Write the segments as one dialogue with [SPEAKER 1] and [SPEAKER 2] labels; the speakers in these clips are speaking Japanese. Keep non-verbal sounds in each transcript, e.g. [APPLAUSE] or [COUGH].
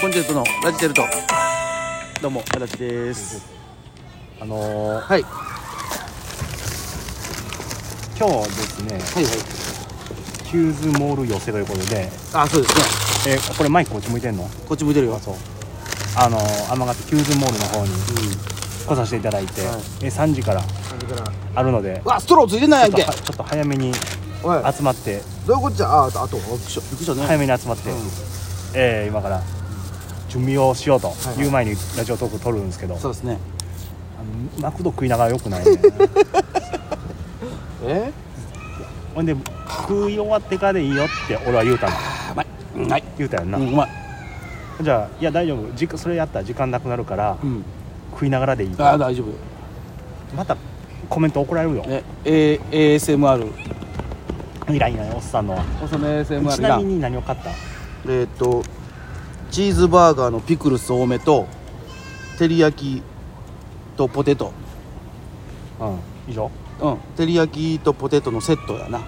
[SPEAKER 1] コンジェルトのラジテルトどうもラジです
[SPEAKER 2] あのー
[SPEAKER 1] はい
[SPEAKER 2] 今日ですね、
[SPEAKER 1] はいはい
[SPEAKER 2] ヒューズモール寄せということで、
[SPEAKER 1] あそうですね
[SPEAKER 2] えーこれマイクこっち向いてんの
[SPEAKER 1] こっち向いてるよ、
[SPEAKER 2] そう。あのー、天ヶヒューズモールの方に来させていただいて、
[SPEAKER 1] はい
[SPEAKER 2] えー3時から
[SPEAKER 1] から
[SPEAKER 2] あるので、
[SPEAKER 1] わストローついてないやん
[SPEAKER 2] ちょっと
[SPEAKER 1] け
[SPEAKER 2] はちょっと早めに
[SPEAKER 1] おい
[SPEAKER 2] 集まって、
[SPEAKER 1] どういうことじゃああとあとびっくりしたね
[SPEAKER 2] 早めに集まって、
[SPEAKER 1] うん
[SPEAKER 2] えー今から準備をしようと
[SPEAKER 1] はい
[SPEAKER 2] いう前にラジオトーク撮るんですけど、
[SPEAKER 1] そうですね
[SPEAKER 2] あのマクド食いながらよく
[SPEAKER 1] [LAUGHS]
[SPEAKER 2] ないね。
[SPEAKER 1] え
[SPEAKER 2] ほんで、食い終わってからでいいよって俺は言うたの。
[SPEAKER 1] うまいうんはい
[SPEAKER 2] 言うたよな。
[SPEAKER 1] うんうまい
[SPEAKER 2] じゃあ、いや大丈夫。時間それやったら時間なくなるから、
[SPEAKER 1] うん
[SPEAKER 2] 食いながらでいい
[SPEAKER 1] あ大丈夫
[SPEAKER 2] またコメント怒られるよ
[SPEAKER 1] え A ASMR
[SPEAKER 2] イライラおっさんのは
[SPEAKER 1] おさめ ASMR
[SPEAKER 2] ちな
[SPEAKER 1] が
[SPEAKER 2] みに何を買った
[SPEAKER 1] えーっとチーズバーガーのピクルス多めと照り焼きとポテト
[SPEAKER 2] うん以上
[SPEAKER 1] うん照り焼きとポテトのセットやな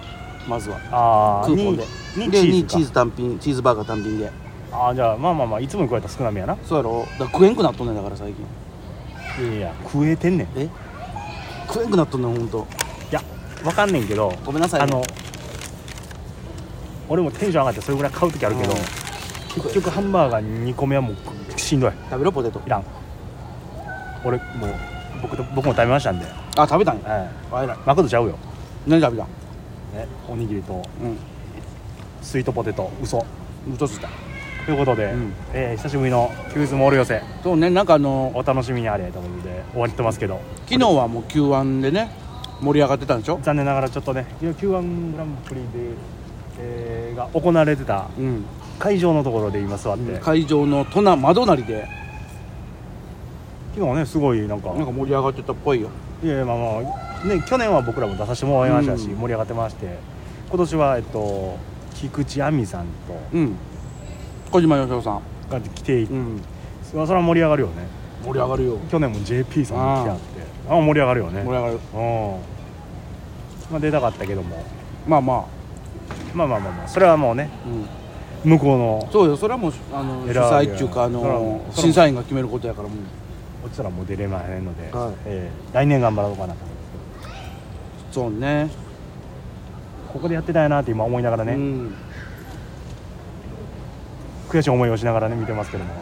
[SPEAKER 1] まずは
[SPEAKER 2] ああ
[SPEAKER 1] クーポンで
[SPEAKER 2] に
[SPEAKER 1] でに
[SPEAKER 2] にチ
[SPEAKER 1] チ
[SPEAKER 2] ー
[SPEAKER 1] ー
[SPEAKER 2] ズ
[SPEAKER 1] ズ単品チーズバーガー単品で
[SPEAKER 2] かああじゃあまあまあまあいつもに比べたら少なめやな
[SPEAKER 1] そうやろだから食えんくなっとんねんだから最近
[SPEAKER 2] いやいや食えてんねんい
[SPEAKER 1] え食えんくなっとんねんほんと
[SPEAKER 2] やわかんねんけど
[SPEAKER 1] ごめんなさいね
[SPEAKER 2] あの俺もテンション上がってそれぐらい買う時あるけど、
[SPEAKER 1] うん
[SPEAKER 2] 結局ハンバーガー2個目はもうしんどい
[SPEAKER 1] 食べろポテト
[SPEAKER 2] いらん俺もう僕と僕も食べましたんで、
[SPEAKER 1] あ食べたんや
[SPEAKER 2] え
[SPEAKER 1] あ偉い
[SPEAKER 2] え、マクドちゃうよ、
[SPEAKER 1] 何食べたん
[SPEAKER 2] ね、おにぎりと
[SPEAKER 1] う
[SPEAKER 2] スイートポテト嘘
[SPEAKER 1] んうとついた
[SPEAKER 2] ということで、
[SPEAKER 1] うん
[SPEAKER 2] えー久しぶりのキューズモール寄せ
[SPEAKER 1] そうねなんかあの
[SPEAKER 2] お楽しみにあれということで終わってますけど
[SPEAKER 1] 昨日はもう Q1 でね盛り上がってたんでしょ
[SPEAKER 2] 残念ながらちょっとね Q1 グランプリで、えーが行われてた
[SPEAKER 1] うん
[SPEAKER 2] 会場のところで今座って、昨
[SPEAKER 1] 会場の戸な窓なりで
[SPEAKER 2] 日はねすごいなんか
[SPEAKER 1] なんか盛り上がってたっぽいよ
[SPEAKER 2] いやいやまあまあ、ね、去年は僕らも出させてもらいましたし、
[SPEAKER 1] うん
[SPEAKER 2] 盛り上がってまして今年はえっと菊池亜美さん
[SPEAKER 1] うん小島よしおさん
[SPEAKER 2] とが来ていて、
[SPEAKER 1] ん
[SPEAKER 2] それは盛り上がるよね
[SPEAKER 1] 盛り上がるよ
[SPEAKER 2] 去年も JP さんが来てあってあ盛り上がるよね
[SPEAKER 1] 盛り上がる
[SPEAKER 2] うんまあ出たかったけども
[SPEAKER 1] まあま
[SPEAKER 2] まあまあまあまあそれはもうね
[SPEAKER 1] あうん
[SPEAKER 2] 向こうの
[SPEAKER 1] そうよそれはもうあの主
[SPEAKER 2] 偉いよ
[SPEAKER 1] 催っていうかあ
[SPEAKER 2] それ
[SPEAKER 1] の
[SPEAKER 2] はもうそれはもう
[SPEAKER 1] 審査員が決めることやからもう
[SPEAKER 2] こっちらもう出れまへんので、
[SPEAKER 1] はい
[SPEAKER 2] えー来年頑張ろうかなと
[SPEAKER 1] そうね
[SPEAKER 2] ここでやってたいなって今思いながらね、
[SPEAKER 1] うん
[SPEAKER 2] 悔しい思いをしながらね見てますけども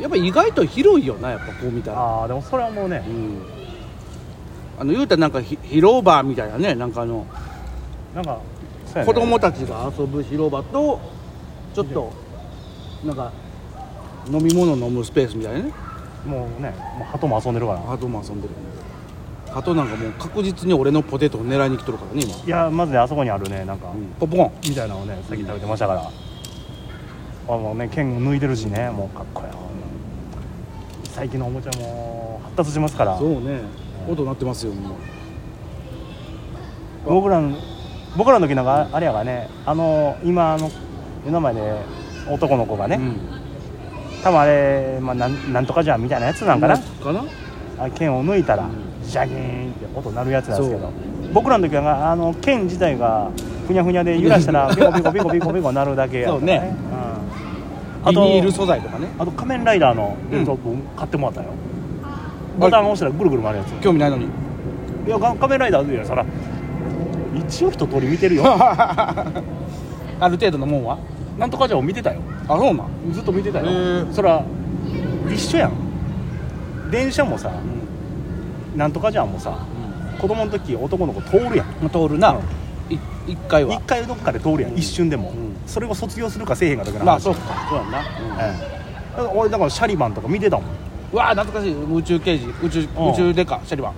[SPEAKER 1] やっぱ意外と広いよなやっぱこう見たら
[SPEAKER 2] ああでもそれはもうね
[SPEAKER 1] うんあの言うたらなんかひ広場みたいなねなんかあの
[SPEAKER 2] なんかそうやね
[SPEAKER 1] 子供たちが遊ぶ広場とちょっとなんか飲み物飲むスペースみたいなね
[SPEAKER 2] もうねもう鳩も遊んでるから
[SPEAKER 1] ハトも遊んでるハトなんかもう確実に俺のポテトを狙いに来とるからね今
[SPEAKER 2] いやまずねあそこにあるねなんか、
[SPEAKER 1] うんポップコーン
[SPEAKER 2] みたいなのをねさっき食べてましたから、あもうね剣抜いてるしねもうかっこよ最近のおもちゃも発達しますから
[SPEAKER 1] そうね音鳴ってますよもう
[SPEAKER 2] 僕らの僕らの時なんかあれやがねあの今あの目の前で男の子がね、
[SPEAKER 1] うん
[SPEAKER 2] 多分あれ、まあ、なんなんとかじゃんみたいなやつなんかな、
[SPEAKER 1] かな
[SPEAKER 2] あ剣を抜いたら、
[SPEAKER 1] うん
[SPEAKER 2] ジャギーンって音鳴るやつなんですけ
[SPEAKER 1] そ
[SPEAKER 2] ど僕らの時はあの剣自体がふにゃふにゃで揺らしたらピコピコピコピコピコ鳴るだけやから
[SPEAKER 1] そうね
[SPEAKER 2] うん、あ
[SPEAKER 1] ビニール
[SPEAKER 2] と
[SPEAKER 1] 素材とかね
[SPEAKER 2] あと仮面ライダーの
[SPEAKER 1] うん
[SPEAKER 2] やつを僕買ってもらったよ、ボタン押したらぐるぐる回るやつ
[SPEAKER 1] 興味ない
[SPEAKER 2] [LAUGHS]
[SPEAKER 1] のに
[SPEAKER 2] いやが仮面ライダーでそら一応一通り見てるよ
[SPEAKER 1] ある程度のもんは
[SPEAKER 2] なんとかじゃんを見てたよ
[SPEAKER 1] あそうなん
[SPEAKER 2] ずっと見てたよ、
[SPEAKER 1] へー
[SPEAKER 2] そら一緒やん電車もさなんとかじゃんもさ子供の時男の子通るやん
[SPEAKER 1] まあ通るな一一回は
[SPEAKER 2] 一回どっかで通るやん、
[SPEAKER 1] うん
[SPEAKER 2] 一瞬でも、
[SPEAKER 1] うん
[SPEAKER 2] それを卒業するかせえへんかだけの話
[SPEAKER 1] まあそうかそうやんな、
[SPEAKER 2] ええだから俺だからシャリバンとか見てたもん
[SPEAKER 1] うわあ懐かしい宇宙刑事宇宙
[SPEAKER 2] うん
[SPEAKER 1] 宇宙デカシャリバ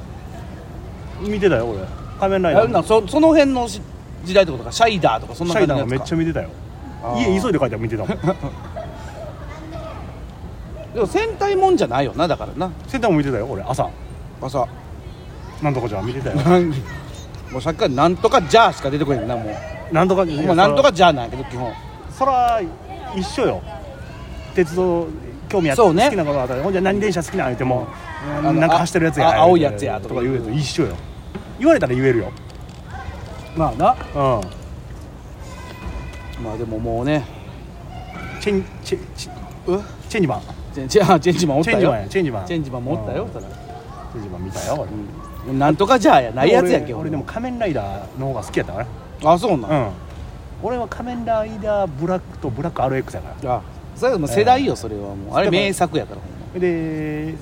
[SPEAKER 1] ン
[SPEAKER 2] 見てたよ俺仮面ラ
[SPEAKER 1] あ
[SPEAKER 2] イダ
[SPEAKER 1] れ
[SPEAKER 2] ー
[SPEAKER 1] なんか
[SPEAKER 2] も
[SPEAKER 1] そその辺のし時代ってことかシャイダーとかそん
[SPEAKER 2] シ
[SPEAKER 1] な
[SPEAKER 2] ャ
[SPEAKER 1] 感
[SPEAKER 2] リ
[SPEAKER 1] じの
[SPEAKER 2] ダン
[SPEAKER 1] やつ
[SPEAKER 2] がめっ
[SPEAKER 1] か
[SPEAKER 2] ちゃ見てたよ
[SPEAKER 1] あー
[SPEAKER 2] 家急いで帰ったら見
[SPEAKER 1] [LAUGHS]
[SPEAKER 2] てたもん
[SPEAKER 1] でも戦隊もんじゃないよなだからな
[SPEAKER 2] センターも見てたよ俺朝
[SPEAKER 1] 朝
[SPEAKER 2] なんとかじゃん見てたよ
[SPEAKER 1] なん [LAUGHS] もうさっきから「なんとかじゃあ」しか出てこへ [LAUGHS] んなもう
[SPEAKER 2] なんとか
[SPEAKER 1] もうなんとかじゃあなんやけど基本
[SPEAKER 2] そら一緒よ鉄道興味あって
[SPEAKER 1] そう
[SPEAKER 2] 好
[SPEAKER 1] ね
[SPEAKER 2] きなことがあったら、ほんじゃ何電車好きなの言っても、
[SPEAKER 1] の
[SPEAKER 2] なんか走ってるやつや
[SPEAKER 1] あ青いやつやと
[SPEAKER 2] と
[SPEAKER 1] か
[SPEAKER 2] か言うと一緒よ言われたら言えるよ
[SPEAKER 1] まあな
[SPEAKER 2] うん
[SPEAKER 1] まあでももうね
[SPEAKER 2] チェンチェンチェン
[SPEAKER 1] え
[SPEAKER 2] チェンジマン
[SPEAKER 1] チェンチェンあチェンジマンおっ
[SPEAKER 2] チ
[SPEAKER 1] たよ
[SPEAKER 2] ェンジマンやチェンジマン
[SPEAKER 1] チェンジマンもおったよ
[SPEAKER 2] うん
[SPEAKER 1] それ
[SPEAKER 2] チェンジマン見たよ俺
[SPEAKER 1] うんなんとかじゃあやないやつやけ
[SPEAKER 2] 俺
[SPEAKER 1] ど
[SPEAKER 2] 俺でも仮面ライダーの方が好きやったか
[SPEAKER 1] あそうなん、
[SPEAKER 2] らうん俺は仮面ライダーブラックとブラック RX やから
[SPEAKER 1] あそれはもう世代よそれはもうあれ名作やからほんま
[SPEAKER 2] でう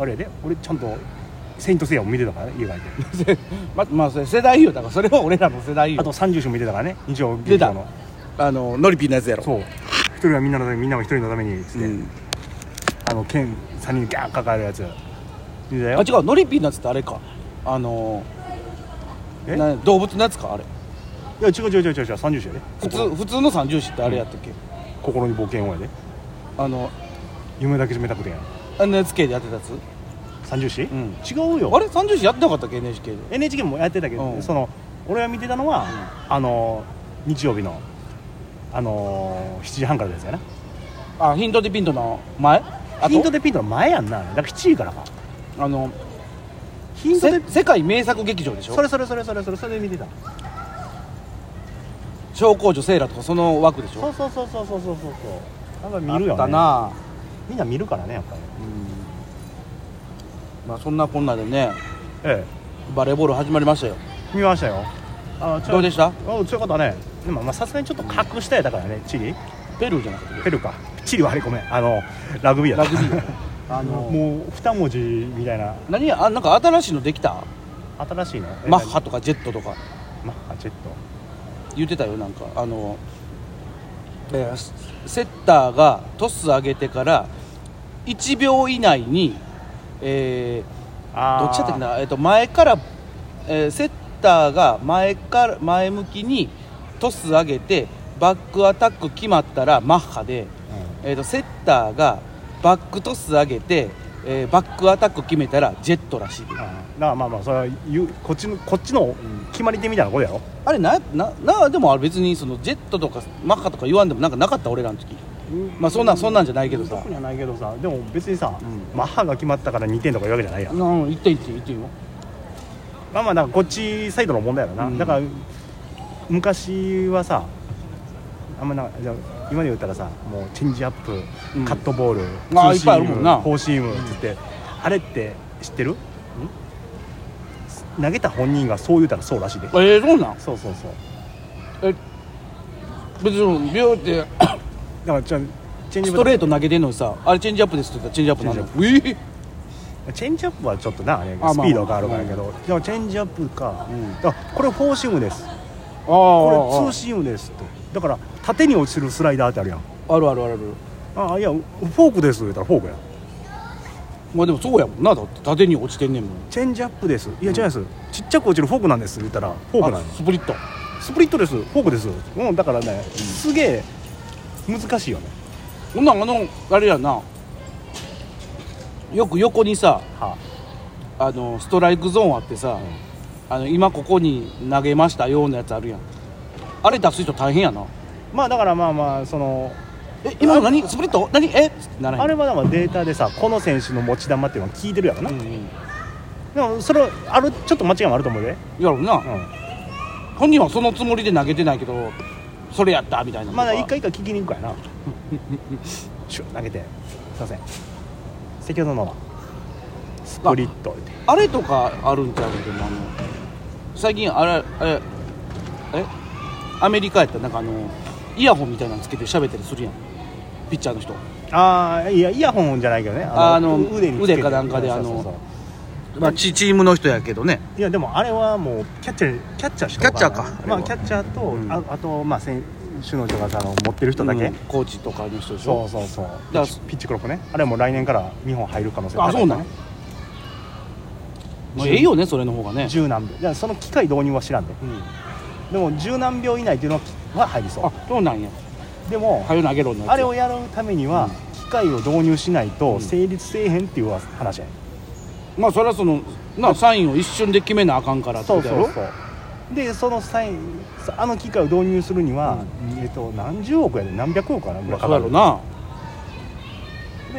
[SPEAKER 2] あれやで俺ちゃんと「セイント・セイヤ」も見てたからね家帰って
[SPEAKER 1] ままあそれ世代よだからそれは俺らの世代よ
[SPEAKER 2] あ
[SPEAKER 1] あ
[SPEAKER 2] と
[SPEAKER 1] と
[SPEAKER 2] 三十章見てたからね日曜劇場の
[SPEAKER 1] あのノリピーのやつやろ
[SPEAKER 2] そう一人はみんなのためみんなは一人のためにっつって、
[SPEAKER 1] ん、
[SPEAKER 2] あの剣三人ギャー抱えるやつ見てた
[SPEAKER 1] あ
[SPEAKER 2] よ
[SPEAKER 1] 違うノリピーのやつってあれかあの
[SPEAKER 2] え
[SPEAKER 1] な動物のやつかあれ
[SPEAKER 2] いや違う違う違う違う三十章やで
[SPEAKER 1] 普通
[SPEAKER 2] 心
[SPEAKER 1] 普通の三重視ってあれやったっけ、
[SPEAKER 2] 心に冒険王やで
[SPEAKER 1] あの
[SPEAKER 2] 夢だけじめたくてんや
[SPEAKER 1] あの NHK でやってたやつ
[SPEAKER 2] 三十章、
[SPEAKER 1] ん
[SPEAKER 2] 違うよ
[SPEAKER 1] あれ三重視やってなかったっけ NHK で
[SPEAKER 2] NHK もやってたけど、
[SPEAKER 1] うん
[SPEAKER 2] その俺が見てたのは、あの日曜日のあの7時半からですよね
[SPEAKER 1] あヒントでピントの前あ
[SPEAKER 2] ヒント
[SPEAKER 1] と
[SPEAKER 2] でピントの前やんなだから7時からか
[SPEAKER 1] あの
[SPEAKER 2] ヒント
[SPEAKER 1] せ
[SPEAKER 2] で
[SPEAKER 1] 世界名作劇場でしょ
[SPEAKER 2] それそれそれそれそれそれ見てた
[SPEAKER 1] 小公女セイラとかその枠でし
[SPEAKER 2] そ
[SPEAKER 1] ょ
[SPEAKER 2] うそうそうそうそうそうそうやっぱ見るよね
[SPEAKER 1] あったな
[SPEAKER 2] みんな見るからねやっぱり
[SPEAKER 1] まあそんなこんなでね
[SPEAKER 2] え
[SPEAKER 1] バレーボール始まりましたよ
[SPEAKER 2] え見ましたよあ
[SPEAKER 1] どうでした
[SPEAKER 2] あ強かったねでもまあさすがにちょっと格下やだからねチリ
[SPEAKER 1] ペルーじゃなくて
[SPEAKER 2] ペルーかチリはあれごめんあのラグビーや
[SPEAKER 1] ラ
[SPEAKER 2] った
[SPEAKER 1] グビーあの
[SPEAKER 2] [LAUGHS] もう二文字みたいな
[SPEAKER 1] 何やあなんか新しいのできた
[SPEAKER 2] 新しいのえ
[SPEAKER 1] マッハとかジェットとか
[SPEAKER 2] マッハジェット
[SPEAKER 1] 言ってたよなんかあの、えーセッターがトス上げてから1秒以内に、えー
[SPEAKER 2] あ
[SPEAKER 1] どっちだったっけな、えー、と前から、えーセッターが前から前向きにトス上げてバックアタック決まったらマッハで、えー、とセッターがバックトス上げて、えーバックアタック決めたらジェットらしい
[SPEAKER 2] うん、あーだからまあまあそれは言うこっちのこっちの決まり手みたいなことやろ
[SPEAKER 1] あれなななでもあれ別にそのジェットとかマッハとか言わんでもなんかなかった俺らの時まあそんなんそんなんじゃないけどさ
[SPEAKER 2] 特にはないけどさでも別にさ、
[SPEAKER 1] うん
[SPEAKER 2] マッハが決まったから2点とかいうわけじゃないやん
[SPEAKER 1] うん一点一点一点よ
[SPEAKER 2] まあまあだからこっちサイドの問題やろな、
[SPEAKER 1] うん
[SPEAKER 2] だから昔はさあんまなんかじゃあ今で言ったらさもうチェンジアップ、
[SPEAKER 1] うん
[SPEAKER 2] カットボール
[SPEAKER 1] あー
[SPEAKER 2] ツー
[SPEAKER 1] いっぱいあるもんな
[SPEAKER 2] フォーシームって言って、あれって知ってる投げた本人がそう言うたらそうらしいで
[SPEAKER 1] ええそうなん
[SPEAKER 2] そうそうそう
[SPEAKER 1] 別にビューって
[SPEAKER 2] だからじゃあチェンジア
[SPEAKER 1] ス
[SPEAKER 2] ッ
[SPEAKER 1] ト
[SPEAKER 2] プ
[SPEAKER 1] レート投げてんのにさあれチェンジアップですって言ったらチェンジアップなんだよええ
[SPEAKER 2] チェンジアップはちょっとなあれスピ
[SPEAKER 1] あまあ
[SPEAKER 2] ードがあるからやけど、でもチェンジアップか,、
[SPEAKER 1] うん
[SPEAKER 2] だからこれフォーシームです
[SPEAKER 1] あ
[SPEAKER 2] これツー
[SPEAKER 1] ー
[SPEAKER 2] シームですってだから縦に落ちるスライダーってあるやん
[SPEAKER 1] あーあるあるあるある
[SPEAKER 2] ああいやフォークです言ったらフォークや
[SPEAKER 1] まあでもそうやもんなだって縦に落ちてんねんもん
[SPEAKER 2] チェンジアップですいや違います、ちっちゃく落ちるフォークなんです言ったらフォークなん
[SPEAKER 1] あ
[SPEAKER 2] です
[SPEAKER 1] スプリット
[SPEAKER 2] スプリットですフォークですうんだからね、すげえ難しいよね
[SPEAKER 1] ほんなんあのあれやなよく横にさ
[SPEAKER 2] は
[SPEAKER 1] あのストライクゾーンあってさ、あの今ここに投げましたようなやつあるやんあれ出す人大変やな
[SPEAKER 2] まあだからまあまあその
[SPEAKER 1] え今の何スプリット何えっならへん
[SPEAKER 2] あれはだからデータでさこの選手の持ち球っていうのは聞いてるやろな、
[SPEAKER 1] うんうん
[SPEAKER 2] でもそれはあるちょっと間違いもあると思うで、
[SPEAKER 1] やろうな、
[SPEAKER 2] う
[SPEAKER 1] 本人はそのつもりで投げてないけどそれやったみたいなの
[SPEAKER 2] ん、
[SPEAKER 1] と
[SPEAKER 2] ま
[SPEAKER 1] か
[SPEAKER 2] だ一回一回聞きに行
[SPEAKER 1] [LAUGHS]
[SPEAKER 2] くからなシュッ投げてすいません先ほどのはスプリットって
[SPEAKER 1] あれとかあるんちゃうけどあの最近あれあれえアメリカやったらなんかあのイヤホンみたいなのつけて喋ったりするやんピッチャーの人
[SPEAKER 2] ああいやイヤホンじゃないけどね
[SPEAKER 1] あの
[SPEAKER 2] 腕につけて
[SPEAKER 1] 腕かなんかであの
[SPEAKER 2] そうそうそう
[SPEAKER 1] まあチチームの人やけどね
[SPEAKER 2] いやでもあれはもうキャッチャーキャッチャーし
[SPEAKER 1] キャ
[SPEAKER 2] か
[SPEAKER 1] ッチャーか
[SPEAKER 2] わらんまあキャッチャーと、
[SPEAKER 1] うん
[SPEAKER 2] ああとまあ選手の人がさあの持ってる人だけ、
[SPEAKER 1] うんコーチとかの人でし
[SPEAKER 2] そ
[SPEAKER 1] ょ
[SPEAKER 2] うそうそう
[SPEAKER 1] だから
[SPEAKER 2] ピッチピッチクロックねあれもう来年から日本入る可能性
[SPEAKER 1] あそうなん
[SPEAKER 2] ね
[SPEAKER 1] まあええよねそれの方がね、
[SPEAKER 2] 十何秒じゃあその機械導入は知らんで
[SPEAKER 1] うん、
[SPEAKER 2] でも十何秒以内っていうのは入りそ
[SPEAKER 1] あ
[SPEAKER 2] う
[SPEAKER 1] そうなんや
[SPEAKER 2] でも、
[SPEAKER 1] はよ投げろのやつ
[SPEAKER 2] あれをやるためには、機械を導入しない
[SPEAKER 1] うん
[SPEAKER 2] と成立せえへんっていう話やね、
[SPEAKER 1] まあそれはそのなサインを一瞬で決めなあかんからって
[SPEAKER 2] そ
[SPEAKER 1] こ
[SPEAKER 2] う
[SPEAKER 1] と
[SPEAKER 2] そ
[SPEAKER 1] やろ
[SPEAKER 2] うそうでその際あの機械を導入するには、えっと、何十億やで何百億かなぐ
[SPEAKER 1] ま
[SPEAKER 2] ら
[SPEAKER 1] あ
[SPEAKER 2] い
[SPEAKER 1] そう
[SPEAKER 2] か
[SPEAKER 1] や
[SPEAKER 2] か
[SPEAKER 1] ろ
[SPEAKER 2] る
[SPEAKER 1] な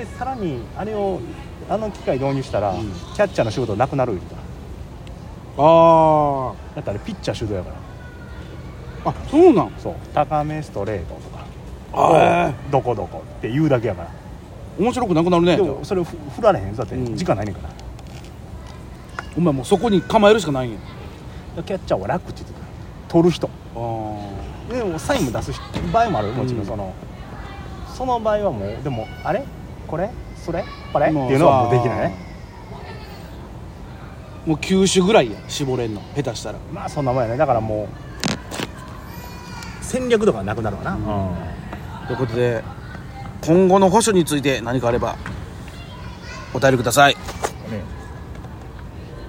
[SPEAKER 2] でさらにあれをあの機械導入したら、
[SPEAKER 1] うん
[SPEAKER 2] キャッチャーの仕事なくなるよ
[SPEAKER 1] あ
[SPEAKER 2] だってあれピッチャー主導やから
[SPEAKER 1] ああそうなん
[SPEAKER 2] そう高めストレートとか
[SPEAKER 1] あ
[SPEAKER 2] どこどこって言うだけやから
[SPEAKER 1] 面白くなくなるね
[SPEAKER 2] でもそれふ振られへんだって
[SPEAKER 1] うん
[SPEAKER 2] 時間ないねんから、
[SPEAKER 1] お前もうそこに構えるしかないんや
[SPEAKER 2] キャッチャーは楽って言ってた取る人
[SPEAKER 1] あー
[SPEAKER 2] でもサインも出す人場合もあるもちろ
[SPEAKER 1] うんん
[SPEAKER 2] その、その場合はもうでもあれこれそれこれって
[SPEAKER 1] も
[SPEAKER 2] いうのはもうできないね
[SPEAKER 1] もう9種ぐらいや絞れんの下手したら
[SPEAKER 2] まあそんなもんやねだからもう戦略とかなくなるわな、
[SPEAKER 1] ということで今後の保守について何かあればお便りください
[SPEAKER 2] うん